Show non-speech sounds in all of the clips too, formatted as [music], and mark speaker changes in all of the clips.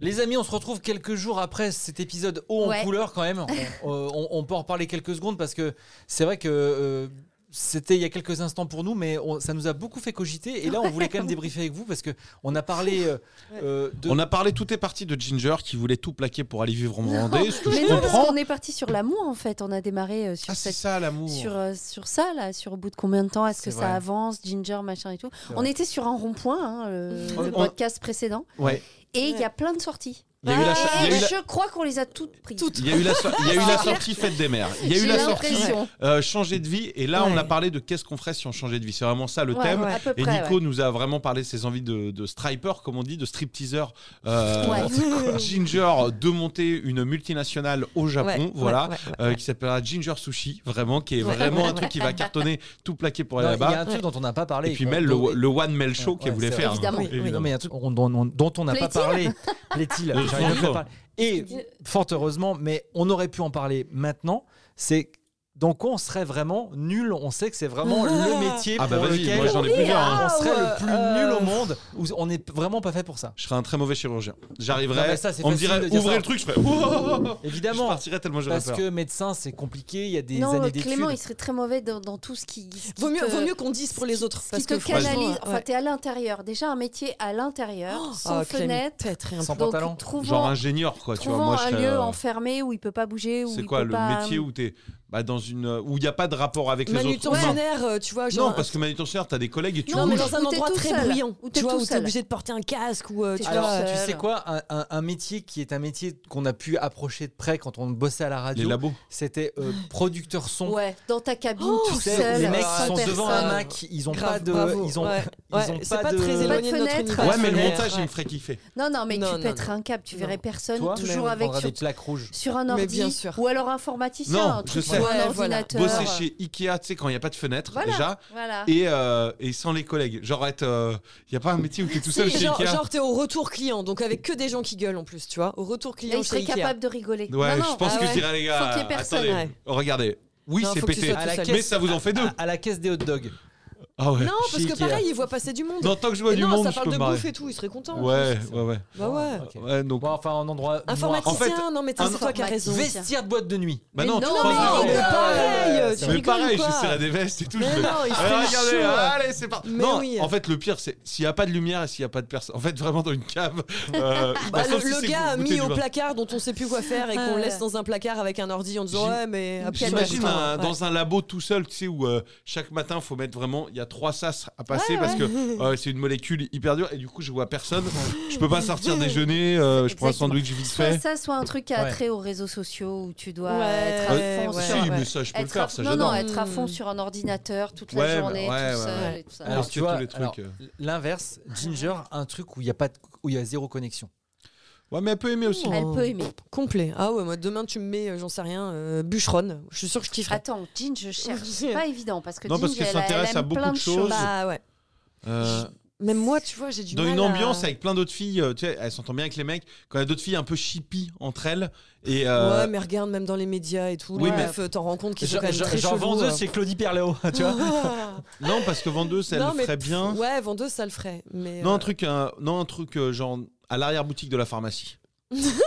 Speaker 1: Les amis, on se retrouve quelques jours après cet épisode haut en
Speaker 2: Ouais.
Speaker 1: couleur quand même. On, euh, on- on peut en reparler quelques secondes parce que c'est vrai que euh, c'était il y a quelques instants pour nous, mais on- ça nous a beaucoup fait cogiter. Et là, on voulait quand même débriefer avec vous parce que on a parlé euh, euh, de.
Speaker 3: On a parlé, tout est parti de Ginger qui voulait tout plaquer pour aller vivre en Vendée, ce que
Speaker 2: Mais
Speaker 3: je
Speaker 2: non, parce
Speaker 3: comprends.
Speaker 2: qu'on est parti sur l'amour en fait. On a démarré euh, sur
Speaker 3: Ah, c'est
Speaker 2: cette
Speaker 3: ça l'amour.
Speaker 2: sur, euh, sur ça, là, sur au bout de combien de temps, est-ce que
Speaker 1: C'est
Speaker 2: ça
Speaker 1: vrai.
Speaker 2: avance, Ginger, machin et tout.
Speaker 1: C'est
Speaker 2: On était sur un rond-point, hein, le,
Speaker 1: On-
Speaker 2: le
Speaker 1: on-
Speaker 2: podcast précédent,
Speaker 1: Ouais.
Speaker 2: et il y a plein de sorties.
Speaker 3: Il y a eu la cha- il y a eu
Speaker 2: Et
Speaker 3: la-
Speaker 2: Je crois qu'on les a toutes prises.
Speaker 3: Il y a eu la, so- il y a eu la sortie fête des mères. Il y a eu
Speaker 2: J'ai
Speaker 3: la sortie
Speaker 2: l'impression.
Speaker 3: euh, changer de vie. Et là, on
Speaker 4: Ouais.
Speaker 3: a parlé de qu'est-ce qu'on ferait si on changeait de vie. C'est vraiment ça le
Speaker 2: Ouais,
Speaker 3: thème.
Speaker 2: ouais, à peu
Speaker 3: Et
Speaker 2: près,
Speaker 3: Nico
Speaker 2: ouais.
Speaker 3: nous a vraiment parlé de ses envies de, de striper, comme on dit, de stripteaser. Euh,
Speaker 2: Ouais.
Speaker 3: [laughs] Ginger de monter une multinationale au Japon,
Speaker 4: Ouais, ouais,
Speaker 3: voilà,
Speaker 4: ouais, ouais.
Speaker 3: euh, qui s'appellera Ginger Sushi, vraiment, qui est
Speaker 4: Ouais,
Speaker 3: vraiment
Speaker 4: ouais,
Speaker 3: un truc qui va cartonner, tout plaqué pour
Speaker 1: Non,
Speaker 3: aller
Speaker 1: il y a
Speaker 3: là-bas.
Speaker 1: un truc dont on n'a pas parlé.
Speaker 3: Et puis
Speaker 1: qu'on-
Speaker 3: Mel,
Speaker 1: dont-
Speaker 3: le, le one Mel show
Speaker 1: Ouais,
Speaker 3: qu'elle
Speaker 1: ouais,
Speaker 3: voulait
Speaker 1: c'est
Speaker 3: faire.
Speaker 2: vrai. Évidemment.
Speaker 3: hein,
Speaker 2: Oui, oui.
Speaker 1: Non, mais il y a un truc on- dont, on- dont on n'a pas
Speaker 2: Plaît-il [laughs]
Speaker 1: parlé. Plaît-il
Speaker 3: Euh,
Speaker 1: J'arrive même pas à
Speaker 3: franchement.
Speaker 1: parler. Et fort heureusement, mais on aurait pu en parler maintenant, c'est dans quoi on serait vraiment nul. On sait que c'est vraiment le métier
Speaker 3: Ah bah
Speaker 1: pour
Speaker 3: vas-y,
Speaker 1: lequel
Speaker 3: moi j'en ai plusieurs. hein.
Speaker 2: ah
Speaker 1: on serait le plus
Speaker 4: Euh,
Speaker 1: nul au monde. où on n'est vraiment pas fait pour ça.
Speaker 3: Je serais un très mauvais chirurgien.
Speaker 1: Non,
Speaker 3: J'arriverais,
Speaker 1: mais ça, c'est
Speaker 3: on me
Speaker 1: facile
Speaker 3: dirait
Speaker 1: de dire
Speaker 3: ouvrez
Speaker 1: ça.
Speaker 3: le truc, je ferais Ouah Je
Speaker 1: Évidemment,
Speaker 3: partirais tellement j'aurais
Speaker 1: parce
Speaker 3: peur.
Speaker 1: que médecin, c'est compliqué. Il y a des
Speaker 2: non,
Speaker 1: années d'études.
Speaker 2: Clément, il serait très mauvais dans, dans tout ce qui. ce qui
Speaker 4: Vaut mieux,
Speaker 2: te-
Speaker 4: vaut mieux qu'on dise pour les autres.
Speaker 2: ce
Speaker 4: parce
Speaker 2: qui te
Speaker 4: que franchement,
Speaker 2: canalise.
Speaker 4: ouais.
Speaker 2: Enfin, t'es à l'intérieur. Déjà, un métier à l'intérieur,
Speaker 4: Oh,
Speaker 2: sans
Speaker 4: Clément,
Speaker 2: fenêtre.
Speaker 4: t'es très
Speaker 1: Sans
Speaker 2: donc,
Speaker 1: pantalon.
Speaker 2: trouvant,
Speaker 3: Genre ingénieur, quoi. Tu vois,
Speaker 2: trouvant
Speaker 3: moi je
Speaker 2: un
Speaker 3: serais.
Speaker 2: lieu
Speaker 3: euh,
Speaker 2: enfermé où il peut pas bouger. où
Speaker 3: C'est
Speaker 2: il
Speaker 3: quoi
Speaker 2: peut
Speaker 3: le
Speaker 2: pas-
Speaker 3: métier où t'es bah, dans une euh, où il n'y a pas de rapport avec les autres humains.
Speaker 4: Manutentionnaire, euh, tu vois. Genre,
Speaker 3: Non, parce que manutentionnaire, t'as des collègues et tu
Speaker 4: non, mais
Speaker 3: bouges.
Speaker 4: dans un
Speaker 2: Où t'es
Speaker 4: endroit
Speaker 2: tout
Speaker 4: très
Speaker 2: seul.
Speaker 4: bruyant.
Speaker 2: Où t'es
Speaker 4: tu vois,
Speaker 2: tout
Speaker 4: où t'es
Speaker 2: seul.
Speaker 4: obligé de porter un casque ou. euh, tu
Speaker 2: T'es
Speaker 4: vois,
Speaker 2: tout
Speaker 1: Alors,
Speaker 2: seul.
Speaker 1: tu sais quoi, un, un- un métier qui est un métier qu'on a pu approcher de près quand on bossait à la
Speaker 3: les
Speaker 1: radio,
Speaker 3: labos.
Speaker 1: c'était euh, producteur son.
Speaker 2: Ouais, dans ta cabine,
Speaker 4: Oh,
Speaker 2: tout
Speaker 1: Tu sais,
Speaker 2: seul. euh,
Speaker 1: les mecs
Speaker 2: sans
Speaker 1: sont devant
Speaker 2: personne.
Speaker 1: un Mac, ils ont
Speaker 4: Grave,
Speaker 1: pas de,
Speaker 4: bravo.
Speaker 1: ils ont,
Speaker 4: Ouais,
Speaker 1: ils
Speaker 4: ouais,
Speaker 1: ont
Speaker 4: c'est
Speaker 1: pas,
Speaker 4: pas
Speaker 1: de.
Speaker 4: très
Speaker 2: Pas de
Speaker 4: éloigné de notre
Speaker 2: fenêtre.
Speaker 4: univers.
Speaker 2: Ouais,
Speaker 3: Ouais, mais le
Speaker 4: Ouais.
Speaker 3: montage, il me ferait kiffer.
Speaker 2: Non, non, mais
Speaker 4: Non,
Speaker 2: tu
Speaker 4: non,
Speaker 2: peux être
Speaker 4: non.
Speaker 2: un câble, tu verrais
Speaker 4: Non.
Speaker 2: personne,
Speaker 1: Toi,
Speaker 2: toujours
Speaker 1: mais on
Speaker 2: avec
Speaker 1: prendra
Speaker 2: sur,
Speaker 1: des plaques rouges.
Speaker 2: sur un
Speaker 4: Mais
Speaker 2: ordi
Speaker 4: bien sûr.
Speaker 2: ou alors informaticien,
Speaker 3: Non,
Speaker 2: un
Speaker 3: je
Speaker 2: truc
Speaker 3: sais.
Speaker 2: sur
Speaker 4: Ouais,
Speaker 2: un
Speaker 4: voilà.
Speaker 2: ordinateur.
Speaker 3: Bosser chez Ikea, tu sais, quand il n'y a pas de fenêtre,
Speaker 2: Voilà. Ah.
Speaker 3: déjà,
Speaker 2: Voilà.
Speaker 3: et, euh, et sans les collègues. Genre, être. euh, Il n'y a pas un métier où t'es tout seul
Speaker 4: Si,
Speaker 3: chez
Speaker 4: genre,
Speaker 3: Ikea.
Speaker 4: genre, t'es au retour client, donc avec que des gens qui gueulent en plus, tu vois. Au retour
Speaker 2: Là,
Speaker 4: client,
Speaker 2: il serait
Speaker 4: chez Ikea.
Speaker 2: capable de rigoler.
Speaker 3: Ouais,
Speaker 2: Non, non,
Speaker 3: je pense
Speaker 4: ah
Speaker 3: que
Speaker 4: ouais.
Speaker 3: je dirais, les gars.
Speaker 2: Faut qu'il y ait personne,
Speaker 3: attendez,
Speaker 4: ouais.
Speaker 3: regardez. Oui,
Speaker 4: Non,
Speaker 3: c'est
Speaker 4: faut que tu
Speaker 3: pété.
Speaker 4: sois tout
Speaker 1: seul.
Speaker 3: Mais ça vous en fait deux.
Speaker 1: À, à la caisse des hot dogs.
Speaker 3: Ah ouais.
Speaker 4: Non, parce
Speaker 1: Chez
Speaker 4: que
Speaker 1: Ikea.
Speaker 4: pareil, il voit passer du monde.
Speaker 3: Dans tant que je vois
Speaker 4: Et
Speaker 3: du
Speaker 4: non,
Speaker 3: monde,
Speaker 4: ça
Speaker 3: je peux
Speaker 4: parle
Speaker 3: me
Speaker 4: de
Speaker 3: marrer.
Speaker 4: bouffe et tout, il serait content.
Speaker 3: Ouais, ouais, ouais.
Speaker 4: Bah ouais.
Speaker 1: Ok.
Speaker 3: Ouais, donc.
Speaker 1: Bon, enfin, un endroit. noir.
Speaker 4: Informaticien,
Speaker 3: En
Speaker 4: non, mais t'as
Speaker 3: un-
Speaker 4: toi qui as raison.
Speaker 1: Vestiaire de boîte de nuit.
Speaker 3: Bah
Speaker 2: Mais
Speaker 3: non, tu
Speaker 2: non,
Speaker 3: croises
Speaker 2: mais
Speaker 3: les
Speaker 2: non,
Speaker 3: collègues.
Speaker 2: mais
Speaker 4: pareil, tu
Speaker 3: Mais
Speaker 4: rigoles ou
Speaker 3: pareil,
Speaker 4: quoi
Speaker 3: j'essaierai des vestes et tout.
Speaker 4: Mais
Speaker 3: je vais-
Speaker 4: non, il
Speaker 3: Ah,
Speaker 4: serait
Speaker 3: regardez,
Speaker 4: chaud. hein.
Speaker 3: allez, c'est parti.
Speaker 4: Mais
Speaker 3: Non,
Speaker 4: oui.
Speaker 3: en fait, le pire, c'est s'il n'y a pas de lumière et s'il n'y a pas de personne. En fait, vraiment dans une cave. euh,
Speaker 4: [laughs] Bah,
Speaker 3: bah,
Speaker 4: le
Speaker 3: sauf si
Speaker 4: le
Speaker 3: c'est
Speaker 4: gars
Speaker 3: goût-
Speaker 4: a
Speaker 3: goûter
Speaker 4: mis
Speaker 3: du
Speaker 4: au
Speaker 3: vin.
Speaker 4: placard dont on sait plus quoi faire et qu'on
Speaker 2: Ouais.
Speaker 4: laisse dans un placard avec un ordi en disant
Speaker 3: J'im-
Speaker 4: ouais mais après,
Speaker 3: J'imagine
Speaker 4: enfin,
Speaker 3: un-
Speaker 4: ouais.
Speaker 3: dans un labo tout seul, tu sais, où euh, chaque matin, faut mettre vraiment. Il y a trois sas à passer parce que
Speaker 4: [laughs]
Speaker 3: euh, c'est une molécule hyper dure et du coup, je vois personne. je peux pas sortir déjeuner. euh, je prends un
Speaker 2: Exactement.
Speaker 3: sandwich vite
Speaker 2: Soit
Speaker 3: fait.
Speaker 2: ça, soit un truc qui a
Speaker 1: Ouais.
Speaker 2: trait aux réseaux sociaux où tu dois
Speaker 4: Ouais,
Speaker 2: être à fond
Speaker 4: ouais,
Speaker 2: sur.
Speaker 4: ouais.
Speaker 3: Euh, Si, mais ça, je peux le
Speaker 2: Être à...
Speaker 3: faire, ça,
Speaker 2: Non, non,
Speaker 3: j'adore. Mm.
Speaker 2: être à fond
Speaker 4: Hmm.
Speaker 2: sur un ordinateur toute
Speaker 3: Ouais,
Speaker 2: la
Speaker 3: bah,
Speaker 2: journée,
Speaker 3: ouais,
Speaker 2: tout
Speaker 3: ouais,
Speaker 2: seul
Speaker 4: ouais.
Speaker 2: et tout ça.
Speaker 1: Alors,
Speaker 3: Tester
Speaker 1: tu vois,
Speaker 3: tous les trucs,
Speaker 1: alors,
Speaker 3: euh.
Speaker 1: l'inverse, Ginger, un truc où il y a pas, de- où il y a zéro connexion.
Speaker 3: Ouais, mais elle peut aimer aussi.
Speaker 4: Oh.
Speaker 2: Elle peut aimer.
Speaker 4: complet. Ah ouais, moi demain tu me mets, euh, j'en sais rien, euh, bûcheronne. Je suis sûr que je kifferais.
Speaker 2: Attends, Jean, je Ah, cherche.
Speaker 3: [laughs]
Speaker 2: C'est pas évident parce que
Speaker 3: Non,
Speaker 2: Jean,
Speaker 3: parce qu'elle
Speaker 2: elle, elle
Speaker 3: s'intéresse
Speaker 2: aime
Speaker 3: à beaucoup
Speaker 2: plein
Speaker 3: de
Speaker 2: de
Speaker 3: choses.
Speaker 2: choses.
Speaker 4: Bah ouais.
Speaker 3: Euh,
Speaker 4: Même moi, tu vois, j'ai du
Speaker 3: dans
Speaker 4: mal
Speaker 3: une
Speaker 4: à-
Speaker 3: ambiance avec plein d'autres filles, euh, tu sais, elle s'entend bien avec les mecs. Quand il y a d'autres filles un peu chippies entre elles, et euh,
Speaker 4: Ouais, mais regarde, même dans les médias et tout,
Speaker 3: Oui,
Speaker 4: les
Speaker 3: mais-
Speaker 4: meufs, euh, t'en rends compte qu'ils sont
Speaker 1: Genre-
Speaker 4: quand même
Speaker 1: genre-
Speaker 4: très
Speaker 1: genre
Speaker 4: chelous,
Speaker 1: vendeuse
Speaker 4: euh.
Speaker 1: chez Claudie
Speaker 3: [laughs]
Speaker 1: Perleo, tu vois.
Speaker 4: [laughs] Ah.
Speaker 3: non parce que vendeuse, elle
Speaker 4: Non,
Speaker 3: le
Speaker 4: mais
Speaker 3: ferait
Speaker 4: pff,
Speaker 3: bien.
Speaker 4: Ouais, vendeuse, ça le ferait. Mais
Speaker 3: Non
Speaker 4: euh,
Speaker 3: un truc, un- non un truc euh, genre à l'arrière boutique de la pharmacie.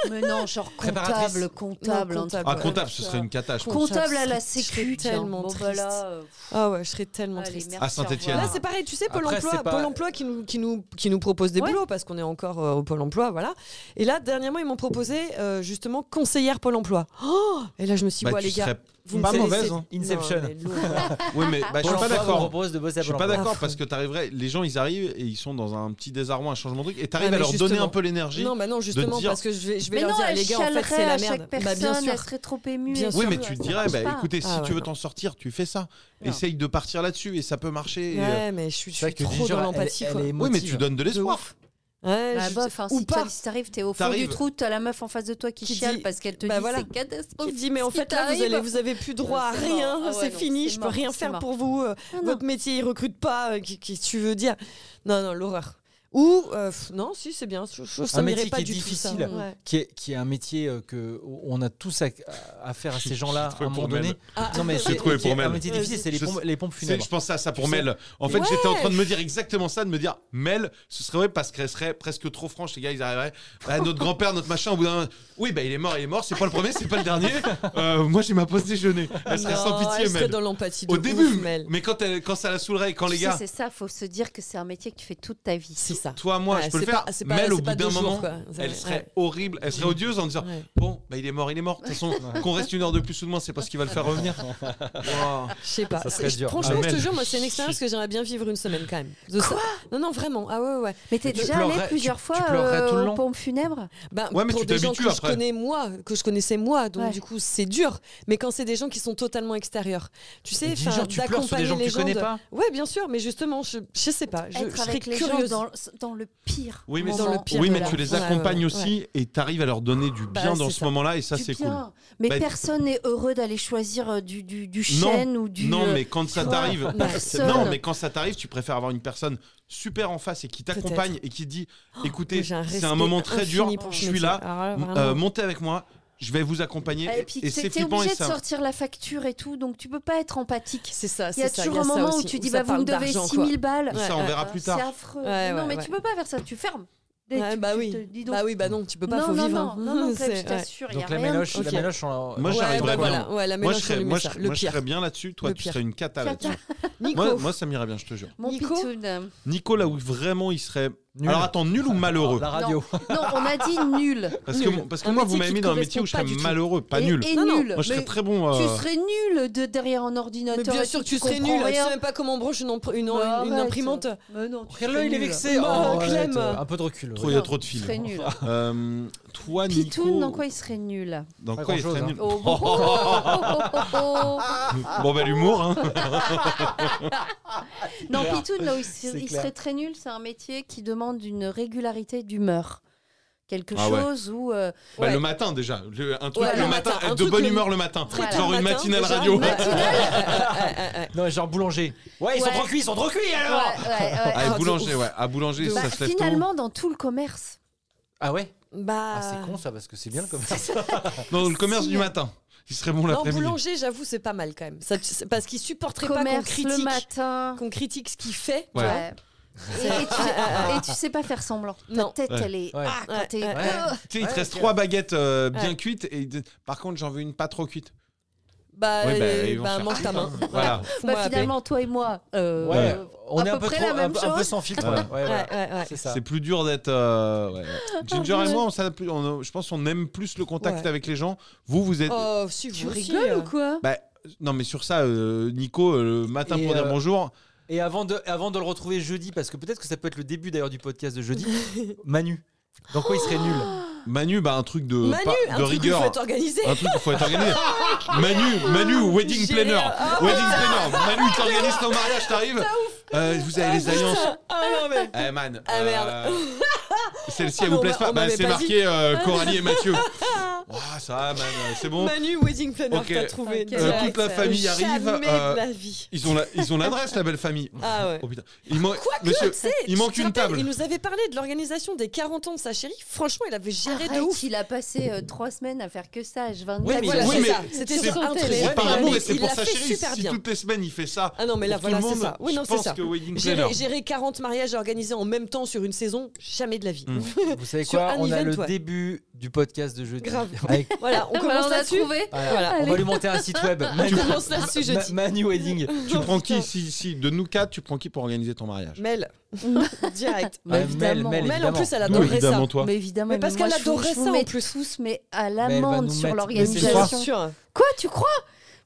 Speaker 2: Mais non, genre
Speaker 1: Préparatrice.
Speaker 2: comptable, comptable.
Speaker 4: Non,
Speaker 2: un truc
Speaker 3: Ah
Speaker 4: Ouais,
Speaker 3: comptable,
Speaker 2: comme
Speaker 3: ce
Speaker 2: ça.
Speaker 3: serait une cata. je pense.
Speaker 2: Comptable à la
Speaker 4: Ce serait
Speaker 2: sécu, tiens.
Speaker 4: tellement
Speaker 2: Bon, bah là,
Speaker 4: triste.
Speaker 2: euh,
Speaker 4: Ah ouais, je serais tellement
Speaker 2: allez,
Speaker 4: triste.
Speaker 2: merci,
Speaker 3: À Saint-Étienne.
Speaker 2: au revoir.
Speaker 4: Là, c'est pareil, tu sais, Pôle
Speaker 1: Après,
Speaker 4: emploi,
Speaker 1: c'est pas-
Speaker 4: Pôle emploi qui nous, qui nous, qui nous propose des
Speaker 2: Ouais.
Speaker 4: boulots parce qu'on est encore euh, au Pôle emploi, voilà. Et là, dernièrement, ils m'ont proposé euh, justement conseillère Pôle emploi. Oh et là, je me suis dit,
Speaker 3: Bah,
Speaker 4: ouais,
Speaker 3: tu
Speaker 4: les gars,
Speaker 3: serais
Speaker 4: vous me
Speaker 3: pas
Speaker 4: laissez-
Speaker 3: mauvaise. hein.
Speaker 1: Inception.
Speaker 4: Non, mais
Speaker 1: [laughs]
Speaker 4: lourd.
Speaker 3: Oui mais bah, je
Speaker 1: Pôle
Speaker 3: suis pas
Speaker 1: emploi vous
Speaker 3: d'accord.
Speaker 1: propose de bosser à
Speaker 3: Je suis
Speaker 1: Pôle
Speaker 3: pas
Speaker 1: emploi.
Speaker 4: Ah,
Speaker 3: d'accord parce que t'arriverais, les gens ils arrivent et ils sont dans un petit désarroi, un changement de truc, et t'arrives
Speaker 4: Ah, mais
Speaker 3: à leur donner
Speaker 4: justement.
Speaker 3: un peu l'énergie.
Speaker 4: non, bah non, justement,
Speaker 3: dire-
Speaker 4: parce que je vais, je vais
Speaker 2: Mais
Speaker 4: leur
Speaker 2: non,
Speaker 4: dire,
Speaker 2: elle
Speaker 4: les gars, en fait, c'est
Speaker 2: chialerait
Speaker 4: la
Speaker 2: à chaque
Speaker 4: merde. Bah, bien
Speaker 2: personne,
Speaker 4: sûr.
Speaker 2: elle serait trop émue.
Speaker 4: Bien
Speaker 2: et
Speaker 3: Oui
Speaker 2: tout,
Speaker 3: mais tu
Speaker 2: elle
Speaker 3: te
Speaker 2: s'en
Speaker 3: dirais,
Speaker 2: marche
Speaker 3: bah
Speaker 2: pas.
Speaker 3: écoutez, si
Speaker 4: Ah, ouais,
Speaker 3: tu veux
Speaker 4: non.
Speaker 3: t'en sortir, tu fais ça.
Speaker 2: Non.
Speaker 3: Essaye de partir là-dessus et ça peut marcher. et, euh,
Speaker 4: Ouais, mais je suis, je
Speaker 1: C'est vrai que
Speaker 4: suis trop
Speaker 1: Ginger,
Speaker 4: dans
Speaker 1: elle-
Speaker 4: l'empathie,
Speaker 1: elle
Speaker 4: quoi.
Speaker 1: est
Speaker 3: Oui mais
Speaker 1: émotive.
Speaker 3: tu donnes de
Speaker 4: De
Speaker 3: l'espoir.
Speaker 4: ouf. Ouais,
Speaker 2: Bah,
Speaker 4: je-
Speaker 2: bof, hein,
Speaker 4: ou
Speaker 2: si
Speaker 4: pas.
Speaker 2: toi, si t'arrives, t'es au fond
Speaker 3: T'arrives.
Speaker 2: du trou, t'as la meuf en face de toi qui,
Speaker 4: Qui
Speaker 2: chiale
Speaker 4: dit-
Speaker 2: parce qu'elle te
Speaker 4: bah
Speaker 2: dit
Speaker 4: voilà.
Speaker 2: c'est catastrophique.
Speaker 4: qui dit mais en
Speaker 2: ce
Speaker 4: fait
Speaker 2: qui
Speaker 4: là vous
Speaker 2: t'arrive.
Speaker 4: avez, vous avez plus droit à
Speaker 2: Non, c'est
Speaker 4: rien,
Speaker 2: mort. Ah ouais,
Speaker 4: c'est
Speaker 2: non,
Speaker 4: fini,
Speaker 2: c'est
Speaker 4: je peux
Speaker 2: mort,
Speaker 4: rien
Speaker 2: c'est
Speaker 4: faire
Speaker 2: mort.
Speaker 4: pour vous. euh,
Speaker 2: Ah, non.
Speaker 4: Votre métier il recrute pas, euh, qui- qui tu veux dire Non non l'horreur. Ou euh, pff, non si c'est bien, je, je- ça
Speaker 1: Un
Speaker 4: m'irait
Speaker 1: métier
Speaker 4: pas
Speaker 1: qui est
Speaker 4: du tout
Speaker 1: difficile.
Speaker 4: ça. Ouais.
Speaker 1: qui est, qui est un métier euh, que on a tous à, à faire à ces gens-là
Speaker 3: J'ai
Speaker 1: à
Speaker 3: trouvé
Speaker 1: un moment
Speaker 3: pour Mel.
Speaker 1: donné.
Speaker 4: Ah.
Speaker 1: [laughs] Non mais
Speaker 3: J'ai trouvé
Speaker 1: qui est
Speaker 3: pour Mel.
Speaker 1: un métier difficile, c'est les,
Speaker 3: Je-
Speaker 1: pompes- les pompes
Speaker 3: Tu sais,
Speaker 1: funèbres.
Speaker 3: je pensais à ça pour
Speaker 1: Tu sais.
Speaker 3: Mel. En fait,
Speaker 4: Ouais.
Speaker 3: j'étais en train de me dire exactement ça, de me dire Mel, ce serait vrai parce qu'elle serait presque trop franche. Les gars, ils arriveraient. Ah, notre grand-père, notre machin, au bout d'un moment, oui, bah il est mort, il est mort. C'est pas le premier, c'est pas le dernier. Euh, moi, j'ai ma pause déjeuner. Elle serait sans
Speaker 4: Non,
Speaker 3: pitié,
Speaker 4: elle serait
Speaker 3: Mel.
Speaker 4: dans l'empathie de
Speaker 3: Au
Speaker 4: ouf,
Speaker 3: début,
Speaker 4: Mel.
Speaker 3: mais quand, elle- quand ça la saoulerait, quand
Speaker 2: Tu
Speaker 3: les
Speaker 2: sais,
Speaker 3: gars,
Speaker 2: c'est ça, faut se dire que c'est un métier que tu fais toute ta vie.
Speaker 4: c'est ça.
Speaker 3: toi, moi,
Speaker 4: Ouais,
Speaker 3: je peux le
Speaker 4: c'est
Speaker 3: faire.
Speaker 4: pas- c'est pas-
Speaker 3: Mel, au
Speaker 4: c'est
Speaker 3: bout
Speaker 4: pas
Speaker 3: d'un
Speaker 4: deux jours,
Speaker 3: moment,
Speaker 4: quoi. C'est
Speaker 3: elle
Speaker 4: vrai,
Speaker 3: serait
Speaker 4: ouais.
Speaker 3: horrible, elle serait odieuse en disant
Speaker 4: Ouais.
Speaker 3: Bon, bah il est mort, il est mort. De toute façon, qu'on reste une heure de plus ou de moins, c'est parce qu'il va le
Speaker 1: [laughs]
Speaker 3: faire revenir. Wow.
Speaker 4: Je sais pas.
Speaker 1: Ça serait
Speaker 4: Je-
Speaker 1: dur.
Speaker 4: Franchement,
Speaker 3: Ah,
Speaker 4: je te
Speaker 3: Mel.
Speaker 4: jure, moi, c'est une expérience que j'aimerais bien vivre une semaine quand même. De ça- Non, non, vraiment. Ah ouais, ouais.
Speaker 2: Mais t'es
Speaker 1: Tu
Speaker 2: déjà allé
Speaker 1: pleurerais-
Speaker 2: plusieurs
Speaker 1: tu- tu
Speaker 2: fois
Speaker 1: pleurerais tout le
Speaker 2: euh,
Speaker 1: long.
Speaker 2: aux pompes funèbres
Speaker 4: Bah,
Speaker 3: Ouais, mais
Speaker 4: pour
Speaker 3: tu
Speaker 4: des gens
Speaker 3: t'habitues
Speaker 4: que je
Speaker 3: après.
Speaker 4: connais moi, que je connaissais moi, donc
Speaker 2: Ouais.
Speaker 4: du coup, c'est dur. Mais quand c'est des gens qui sont totalement extérieurs, tu sais,
Speaker 1: Et dis, genre,
Speaker 4: enfin,
Speaker 1: tu pleures sur des
Speaker 4: d'accompagner
Speaker 1: gens que
Speaker 4: les
Speaker 1: tu
Speaker 4: gens.
Speaker 1: connais
Speaker 4: de-
Speaker 1: pas.
Speaker 4: Ouais, bien sûr, mais justement, je, je sais pas. Je, je
Speaker 2: Être
Speaker 4: serais
Speaker 2: avec les gens
Speaker 4: curieuse.
Speaker 2: dans, dans le pire.
Speaker 3: Oui, mais
Speaker 4: Dans
Speaker 2: moment.
Speaker 4: le pire
Speaker 3: oui,
Speaker 4: de
Speaker 3: mais
Speaker 4: la-
Speaker 3: tu les
Speaker 4: Ouais,
Speaker 3: accompagnes
Speaker 4: ouais,
Speaker 3: aussi et t'arrives à leur donner du
Speaker 4: Bah,
Speaker 3: bien dans
Speaker 4: c'est
Speaker 3: ce
Speaker 4: ça.
Speaker 3: moment-là et ça
Speaker 2: Du
Speaker 3: c'est cool.
Speaker 2: bien. Mais
Speaker 3: Bah,
Speaker 2: personne n'est heureux d'aller choisir euh, du, du, du
Speaker 3: Non.
Speaker 2: chêne ou du.
Speaker 3: non,
Speaker 2: euh,
Speaker 3: mais quand ça
Speaker 2: vois,
Speaker 3: t'arrive, [laughs]
Speaker 2: personne.
Speaker 3: non, mais quand ça t'arrive, tu préfères avoir une personne super en face et qui t'accompagne et qui dit, écoutez,
Speaker 4: Moi, Oh, j'ai
Speaker 3: c'est
Speaker 4: respect
Speaker 3: un moment très dur,
Speaker 4: infini pour ce
Speaker 3: je suis
Speaker 4: métier.
Speaker 3: là,
Speaker 4: Alors
Speaker 3: m-
Speaker 4: vraiment.
Speaker 3: euh, montez avec moi, je vais vous accompagner.
Speaker 2: Et
Speaker 3: Et,
Speaker 2: puis
Speaker 3: et
Speaker 2: t'es
Speaker 3: c'est
Speaker 2: t'es
Speaker 3: flippant et
Speaker 2: obligé de
Speaker 3: ça.
Speaker 2: sortir la facture et tout, donc tu peux pas être empathique.
Speaker 4: c'est ça,
Speaker 2: Il y
Speaker 4: c'est
Speaker 2: a
Speaker 4: ça.
Speaker 2: toujours
Speaker 4: a
Speaker 2: un
Speaker 4: ça
Speaker 2: moment
Speaker 4: aussi,
Speaker 2: où tu dis
Speaker 4: ça
Speaker 2: bah vous me
Speaker 4: parle
Speaker 2: devez
Speaker 4: d'argent,
Speaker 2: 6000 balles.
Speaker 3: Ça,
Speaker 4: Ouais,
Speaker 3: on
Speaker 4: ouais,
Speaker 3: verra
Speaker 2: Euh,
Speaker 3: plus tard.
Speaker 2: C'est affreux.
Speaker 4: Ouais,
Speaker 2: non,
Speaker 4: ouais,
Speaker 2: mais
Speaker 4: ouais.
Speaker 2: tu peux pas faire ça, tu fermes. Et
Speaker 4: Ouais,
Speaker 2: tu-
Speaker 4: bah
Speaker 2: tu
Speaker 4: oui.
Speaker 2: te- dis donc.
Speaker 4: Bah oui, bah non, tu peux pas,
Speaker 2: non,
Speaker 4: faut
Speaker 2: non,
Speaker 4: vivre.
Speaker 2: non,
Speaker 4: hein.
Speaker 2: non, non, Claude,
Speaker 4: C'est-
Speaker 2: je
Speaker 4: ouais.
Speaker 2: t'assure, il y a
Speaker 1: Donc la
Speaker 2: rien.
Speaker 1: méloche, la
Speaker 4: Ok.
Speaker 1: méloche, on-
Speaker 3: Moi,
Speaker 4: Ouais,
Speaker 3: j'arriverais
Speaker 4: bah
Speaker 3: pas.
Speaker 4: voilà, ouais, la
Speaker 3: Moi, je
Speaker 4: mélange, on
Speaker 3: serais,
Speaker 4: lui
Speaker 3: moi,
Speaker 4: met
Speaker 3: je-
Speaker 4: ça,
Speaker 3: moi,
Speaker 4: le
Speaker 3: je
Speaker 4: pire.
Speaker 3: serais bien là-dessus. Toi,
Speaker 4: Le
Speaker 3: tu
Speaker 4: pire.
Speaker 3: serais une cata
Speaker 2: Cata.
Speaker 3: là-dessus.
Speaker 4: Nico,
Speaker 3: Moi, moi, ça m'irait bien, je te jure.
Speaker 2: Mon
Speaker 4: Nico
Speaker 2: pitoune.
Speaker 3: Nico, là où vraiment il serait.
Speaker 1: Nul.
Speaker 3: Alors attends, nul ou malheureux
Speaker 1: La radio.
Speaker 2: Non, on a dit nul.
Speaker 3: Parce que,
Speaker 4: Nul.
Speaker 3: parce que
Speaker 4: Un
Speaker 3: moi,
Speaker 4: métier
Speaker 3: vous m'avez
Speaker 4: qui
Speaker 3: mis
Speaker 4: te
Speaker 3: dans un métier où je
Speaker 4: correspond
Speaker 3: serais
Speaker 4: pas du tout.
Speaker 3: malheureux, pas
Speaker 2: et,
Speaker 3: nul.
Speaker 2: Et
Speaker 4: Non, non,
Speaker 2: nul.
Speaker 3: Moi, je serais
Speaker 2: Mais
Speaker 3: très bon.
Speaker 2: Tu
Speaker 3: euh,
Speaker 2: serais nul de derrière un ordinateur.
Speaker 4: Mais bien
Speaker 2: et
Speaker 4: sûr que
Speaker 2: tout,
Speaker 4: tu serais
Speaker 2: comprends
Speaker 4: nul. Tu
Speaker 2: rien.
Speaker 4: sais même pas comment on branche une, impr- une-
Speaker 2: Bah,
Speaker 4: une
Speaker 2: arrête.
Speaker 4: imprimante.
Speaker 2: Mais non, tu
Speaker 1: Regarde-le,
Speaker 2: serais
Speaker 1: il est
Speaker 2: nul.
Speaker 1: vexé.
Speaker 4: Bah,
Speaker 1: Oh, ouais,
Speaker 4: Clem.
Speaker 1: t'as un peu de recul.
Speaker 3: Trop,
Speaker 1: ouais.
Speaker 3: il y a trop de
Speaker 2: Tu
Speaker 3: films.
Speaker 2: serais nul.
Speaker 3: Euh, toi,
Speaker 2: Pitoune,
Speaker 3: Nico,
Speaker 2: dans quoi il serait nul
Speaker 3: dans
Speaker 1: Pas
Speaker 3: quoi il
Speaker 1: grand-chose,
Speaker 3: serait
Speaker 1: hein.
Speaker 3: nul
Speaker 2: Oh, bon, oh, oh, oh,
Speaker 3: [laughs]
Speaker 2: oh, oh.
Speaker 3: Bon, bah, l'humour, hein.
Speaker 2: Non,
Speaker 1: clair.
Speaker 2: Pitoun, là où il,
Speaker 1: C'est
Speaker 2: se- il
Speaker 1: clair.
Speaker 2: serait très nul, c'est un métier qui demande une régularité d'humeur. Quelque
Speaker 3: Ah ouais.
Speaker 2: chose où.
Speaker 3: [laughs]
Speaker 2: euh,
Speaker 3: Bah,
Speaker 4: Ouais.
Speaker 3: le matin, déjà. Le- un truc
Speaker 4: Ouais,
Speaker 3: le
Speaker 4: le
Speaker 3: matin,
Speaker 4: matin,
Speaker 3: être de
Speaker 4: un truc
Speaker 3: bonne
Speaker 4: le-
Speaker 3: humeur le matin.
Speaker 2: Très tôt
Speaker 3: Genre
Speaker 4: le
Speaker 3: une
Speaker 4: matin,
Speaker 3: matinale
Speaker 4: déjà,
Speaker 3: radio.
Speaker 4: une matinale.
Speaker 1: Non, genre boulanger. Ouais, ils sont
Speaker 2: Ouais.
Speaker 1: trop cuits, ils sont trop cuits
Speaker 2: ouais,
Speaker 1: alors.
Speaker 2: ouais, ouais.
Speaker 3: Ah,
Speaker 4: Ah, de
Speaker 3: boulanger,
Speaker 4: ouf.
Speaker 3: ouais. À boulanger,
Speaker 4: De
Speaker 3: ça
Speaker 2: Bah,
Speaker 3: se lève tôt.
Speaker 2: finalement, dans tout le commerce.
Speaker 1: Ah ouais.
Speaker 4: Bah,
Speaker 2: Euh,
Speaker 1: Ah, c'est con ça parce que c'est bien le commerce.
Speaker 3: Dans le commerce
Speaker 2: Si.
Speaker 3: du matin. Il serait bon
Speaker 4: Non,
Speaker 3: l'après-midi.
Speaker 4: boulanger, j'avoue, c'est pas mal quand même. Ça, tu- c'est- parce qu'il supporterait pas qu'on
Speaker 2: commerce le
Speaker 4: critique,
Speaker 2: matin.
Speaker 4: qu'on critique ce qu'il fait.
Speaker 3: Ouais.
Speaker 2: Ouais. Et, et tu sais, et tu sais pas faire semblant.
Speaker 4: Non.
Speaker 2: Ta tête,
Speaker 3: Ouais.
Speaker 2: elle est.
Speaker 1: Ouais.
Speaker 2: Ah, quand
Speaker 4: Ouais,
Speaker 2: t'es-
Speaker 4: ouais.
Speaker 2: Ah.
Speaker 3: Tu sais, il te
Speaker 1: Ouais,
Speaker 3: reste
Speaker 1: ok.
Speaker 3: trois baguettes euh, bien
Speaker 4: Ouais.
Speaker 3: cuites. Et... il te- Par contre, j'en veux une pas trop cuite.
Speaker 4: Bah,
Speaker 3: Ouais, bah,
Speaker 4: euh,
Speaker 3: ils vont
Speaker 4: bah,
Speaker 3: faire hein.
Speaker 4: mange ta main.
Speaker 3: Voilà.
Speaker 4: Fous-moi
Speaker 2: Bah,
Speaker 4: la paix.
Speaker 2: finalement, toi et moi. euh,
Speaker 1: Ouais.
Speaker 2: euh,
Speaker 1: On
Speaker 2: à
Speaker 1: est un
Speaker 2: peu
Speaker 1: peu
Speaker 2: près
Speaker 1: trop,
Speaker 2: la
Speaker 1: un,
Speaker 2: même
Speaker 1: peu- un peu
Speaker 2: chose.
Speaker 1: sans filtre.
Speaker 3: Ouais.
Speaker 1: Ouais, ouais, ouais.
Speaker 4: Ouais, ouais, ouais.
Speaker 1: C'est ça.
Speaker 3: C'est plus dur d'être. euh,
Speaker 4: [laughs]
Speaker 3: ouais. Ginger et moi, on s'adapte plus- on- euh, je pense qu'on aime plus le contact
Speaker 4: Ouais.
Speaker 3: avec les gens. Vous, vous êtes.
Speaker 4: Oh, si vous
Speaker 2: Tu
Speaker 4: aussi,
Speaker 2: rigoles
Speaker 4: euh,
Speaker 2: ou quoi
Speaker 3: Bah, non, mais sur ça, euh, Nico, euh, le matin
Speaker 1: Et,
Speaker 3: pour dire
Speaker 1: euh,
Speaker 3: bonjour.
Speaker 1: Et avant de, avant de le retrouver jeudi, parce que peut-être que ça peut être le début d'ailleurs du podcast de
Speaker 2: [laughs]
Speaker 1: jeudi, Manu. Dans quoi il serait nul
Speaker 3: Manu, bah, un truc de,
Speaker 4: Manu,
Speaker 3: pas-
Speaker 4: un
Speaker 3: de
Speaker 4: truc
Speaker 3: rigueur.
Speaker 4: qu'il faut être organisé.
Speaker 3: Un truc qu'il faut être
Speaker 4: [laughs]
Speaker 3: organisé. Manu, Manu, wedding
Speaker 4: J'ai-
Speaker 3: planner.
Speaker 4: Ah,
Speaker 3: wedding planner. Manu, t'organises ton mariage,
Speaker 4: [laughs]
Speaker 3: t'arrives. Euh, vous avez les alliances.
Speaker 4: Ah non, mais.
Speaker 3: Eh man.
Speaker 4: Ah, merde. [laughs]
Speaker 3: euh, Celle-ci,
Speaker 4: Ah,
Speaker 3: elle
Speaker 4: mais
Speaker 3: vous
Speaker 4: on
Speaker 3: plaise
Speaker 4: m'a-
Speaker 3: pas
Speaker 4: on
Speaker 3: Bah,
Speaker 4: m'avait
Speaker 3: C'est
Speaker 4: pas dit.
Speaker 3: marqué euh, Coralie et
Speaker 4: [laughs]
Speaker 3: Mathieu. Ouah, ça va, man. euh, C'est bon.
Speaker 4: Manu Wedding Planner,
Speaker 3: Ok.
Speaker 4: t'as trouvé.
Speaker 2: Ok.
Speaker 3: Euh,
Speaker 4: direct.
Speaker 3: toute la famille arrive.
Speaker 4: Jamais
Speaker 3: euh,
Speaker 4: de la vie.
Speaker 3: ils ont la- ils ont l'adresse, la belle famille.
Speaker 4: Ah ouais.
Speaker 3: Oh putain. Il manque-
Speaker 4: Quoique,
Speaker 3: Monsieur,
Speaker 4: tu sais,
Speaker 3: il
Speaker 4: je
Speaker 3: manque
Speaker 4: te
Speaker 3: une
Speaker 4: rappelle,
Speaker 3: table.
Speaker 4: Il nous avait parlé de l'organisation des 40 ans de sa chérie. Franchement, il avait géré de
Speaker 2: Arrête,
Speaker 4: ouf.
Speaker 2: il a passé euh, trois semaines à faire que ça. Je 24
Speaker 1: Oui, mais-
Speaker 4: Voilà,
Speaker 3: oui,
Speaker 4: c'est
Speaker 3: mais-
Speaker 4: ça. C'était
Speaker 2: c'est-
Speaker 4: sur un
Speaker 2: c'est
Speaker 4: truc.
Speaker 3: C'est
Speaker 2: Ouais,
Speaker 3: par
Speaker 4: Il
Speaker 3: amour
Speaker 4: l'a-
Speaker 3: et c'est
Speaker 4: il
Speaker 3: pour
Speaker 4: l'a
Speaker 3: sa
Speaker 4: fait
Speaker 3: chérie.
Speaker 4: super
Speaker 3: Si
Speaker 4: bien.
Speaker 3: toutes les semaines il fait ça,
Speaker 4: Ah non, mais là,
Speaker 3: pour tout
Speaker 4: voilà,
Speaker 3: le
Speaker 4: c'est
Speaker 3: monde,
Speaker 4: ça. Oui, non,
Speaker 3: je
Speaker 4: c'est
Speaker 3: pense
Speaker 4: ça.
Speaker 3: que Wedding
Speaker 4: Gérer,
Speaker 3: Planner.
Speaker 4: gérer 40 mariages organisés en même temps sur une saison, jamais de la vie.
Speaker 3: Mm.
Speaker 1: Vous savez
Speaker 4: Sur
Speaker 1: quoi
Speaker 4: un
Speaker 1: On a
Speaker 4: event,
Speaker 1: le
Speaker 4: ouais.
Speaker 1: début du podcast de jeudi.
Speaker 4: Grave.
Speaker 1: [laughs] Avec- euh,
Speaker 4: Voilà, on
Speaker 2: Ah, bah,
Speaker 4: commence
Speaker 2: on a
Speaker 4: là-dessus.
Speaker 2: trouvé.
Speaker 4: Voilà.
Speaker 1: On va lui monter un site web.
Speaker 4: On commence là-dessus
Speaker 1: Ma-
Speaker 4: jeudi.
Speaker 1: Manu Wedding. Euh,
Speaker 3: Tu prends qui si, si, De nous quatre, tu prends qui pour organiser ton mariage
Speaker 4: Mel, [laughs]
Speaker 1: Ouais, Mel,
Speaker 4: direct.
Speaker 2: Bah, évidemment.
Speaker 1: Mel,
Speaker 4: Mel, en
Speaker 1: évidemment.
Speaker 4: plus, elle
Speaker 3: Nous,
Speaker 4: adorerait ça.
Speaker 3: évidemment, toi.
Speaker 2: Mais évidemment,
Speaker 4: Mais parce
Speaker 2: moi,
Speaker 4: qu'elle
Speaker 2: je vous-
Speaker 4: adorait
Speaker 2: je vous
Speaker 4: ça, en
Speaker 2: mets
Speaker 4: plus.
Speaker 2: tous, mais à
Speaker 1: elle va
Speaker 2: l'amende
Speaker 1: nous
Speaker 2: sur
Speaker 1: mettre- mais c'est
Speaker 4: Bien
Speaker 1: Bien
Speaker 2: l'organisation.
Speaker 4: sûr.
Speaker 2: Quoi, tu crois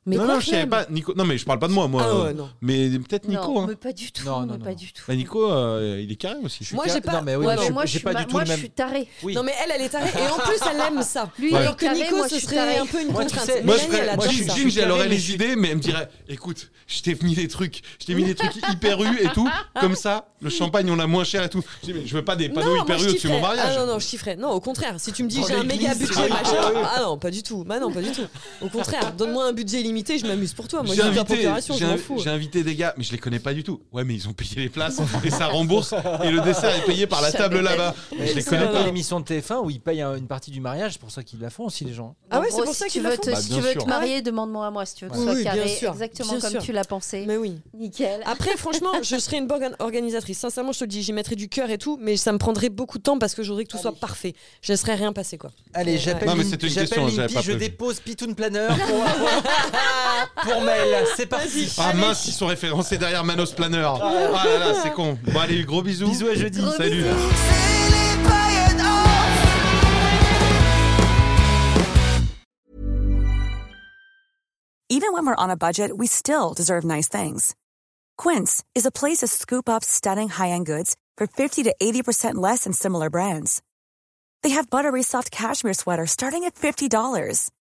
Speaker 2: Mais
Speaker 3: non,
Speaker 2: quoi
Speaker 3: non, je
Speaker 2: qu'il
Speaker 3: savais
Speaker 2: aime.
Speaker 3: pas. Nico... Non, mais je parle pas de moi, moi.
Speaker 4: Ah
Speaker 3: euh,
Speaker 4: ouais, non.
Speaker 3: Mais peut-être
Speaker 2: Non,
Speaker 3: Nico. hein.
Speaker 2: mais pas du tout.
Speaker 1: Non, non,
Speaker 2: mais
Speaker 1: non,
Speaker 2: pas
Speaker 1: non.
Speaker 2: du tout.
Speaker 3: Bah, Nico, euh, il est carré aussi.
Speaker 1: Je suis
Speaker 4: Moi,
Speaker 1: car-
Speaker 4: j'ai pas-
Speaker 1: Non, mais oui,
Speaker 2: Ouais,
Speaker 1: mais
Speaker 2: mais
Speaker 1: je-
Speaker 2: moi, je
Speaker 1: j'ai
Speaker 2: suis,
Speaker 1: pas
Speaker 2: ma-
Speaker 1: du tout
Speaker 2: moi,
Speaker 1: le
Speaker 2: je
Speaker 1: même.
Speaker 2: suis tarée.
Speaker 1: Oui.
Speaker 4: Non mais elle, elle est tarée et en plus elle aime ça.
Speaker 2: Lui, il
Speaker 4: Alors
Speaker 2: est
Speaker 4: que
Speaker 2: carré,
Speaker 4: Nico,
Speaker 2: moi,
Speaker 4: ce
Speaker 2: je suis
Speaker 4: serait
Speaker 2: tarée.
Speaker 4: un peu une
Speaker 1: Moi, tu
Speaker 4: contrainte.
Speaker 1: sais,
Speaker 3: Moi,
Speaker 4: Mélanie,
Speaker 3: je
Speaker 1: Mélanie,
Speaker 4: elle
Speaker 3: ferais.
Speaker 4: adore
Speaker 3: Moi,
Speaker 1: je-
Speaker 4: ça.
Speaker 1: je-
Speaker 3: Ginge, elle aurait
Speaker 1: carré, mais
Speaker 3: les
Speaker 1: je-
Speaker 3: idées, mais elle me dirait écoute, je t'ai mis des trucs, je t'ai mis des trucs hyper rus et tout. Comme ça, le champagne, on l'a moins cher et tout. Je dis mais je veux pas des panneaux
Speaker 4: non,
Speaker 3: hyper
Speaker 4: moi, je
Speaker 3: rus au-dessus de mon
Speaker 4: kifferais.
Speaker 3: mariage.
Speaker 4: Ah non, non, je kifferais. Non, au contraire. Si tu me dis
Speaker 3: Dans
Speaker 4: j'ai un méga
Speaker 3: l'église.
Speaker 4: budget, machin. Ah non, pas du tout. Bah non, pas du tout. Au contraire, donne-moi un budget illimité, je m'amuse pour toi. Moi,
Speaker 3: J'ai
Speaker 4: j'ai une
Speaker 3: invité,
Speaker 4: opération, je
Speaker 3: j'ai
Speaker 4: m'en
Speaker 3: invi-
Speaker 4: fous.
Speaker 3: j'ai invité des gars, mais je les connais pas du tout. Ouais, mais ils ont payé les
Speaker 4: [laughs]
Speaker 3: places et ça rembourse et le dessert est payé par la
Speaker 2: Je
Speaker 3: table
Speaker 2: savais
Speaker 3: là-bas. Mais euh, je les
Speaker 1: C'est
Speaker 3: connais
Speaker 1: comme
Speaker 3: pas.
Speaker 1: l'émission de TF1 où ils payent un- une partie du mariage, c'est pour ça qu'ils la font aussi les gens.
Speaker 4: Ah ouais,
Speaker 2: En
Speaker 4: c'est
Speaker 2: gros,
Speaker 4: pour
Speaker 2: si
Speaker 4: ça
Speaker 2: tu
Speaker 4: qu'ils la
Speaker 2: veux
Speaker 4: font.
Speaker 2: te,
Speaker 3: Bah,
Speaker 2: Si
Speaker 3: bien
Speaker 2: tu veux
Speaker 3: sûr.
Speaker 2: te marier, demande-moi à moi. Si tu veux que ce
Speaker 4: Oui,
Speaker 2: soit
Speaker 4: bien
Speaker 2: carré,
Speaker 4: sûr.
Speaker 2: exactement
Speaker 4: Bien
Speaker 2: comme
Speaker 4: sûr.
Speaker 2: tu l'as pensé.
Speaker 4: bah. Mais oui.
Speaker 2: Nickel.
Speaker 4: Après, franchement, je serais une bonne organ- organisatrice. Sincèrement, je te le dis, j'y mettrais du cœur et tout, mais ça me prendrait beaucoup de temps parce que je voudrais que tout soit parfait. Je laisserais rien passer, quoi.
Speaker 1: Allez,
Speaker 4: Ouais.
Speaker 1: j'appelle
Speaker 3: Non, mais
Speaker 1: Lin-
Speaker 3: c'était une
Speaker 1: j'appelle
Speaker 3: question, j'avais
Speaker 1: Linky,
Speaker 3: pas
Speaker 1: je
Speaker 3: prévu.
Speaker 1: dépose Pitoun Planner pour, pour, [laughs] pour mail. C'est parti.
Speaker 3: Ah mince, ils sont référencés derrière Manos Planner. Ah là là, c'est con. Bon allez, gros bisous.
Speaker 1: Bisous à jeudi.
Speaker 2: Gros
Speaker 3: Salut.
Speaker 2: bisous.
Speaker 5: Even when we're on a budget, we still deserve nice things. Quince is a place to scoop up stunning high-end goods for 50 to 80% less than similar brands. They have buttery soft cashmere sweaters starting at $50,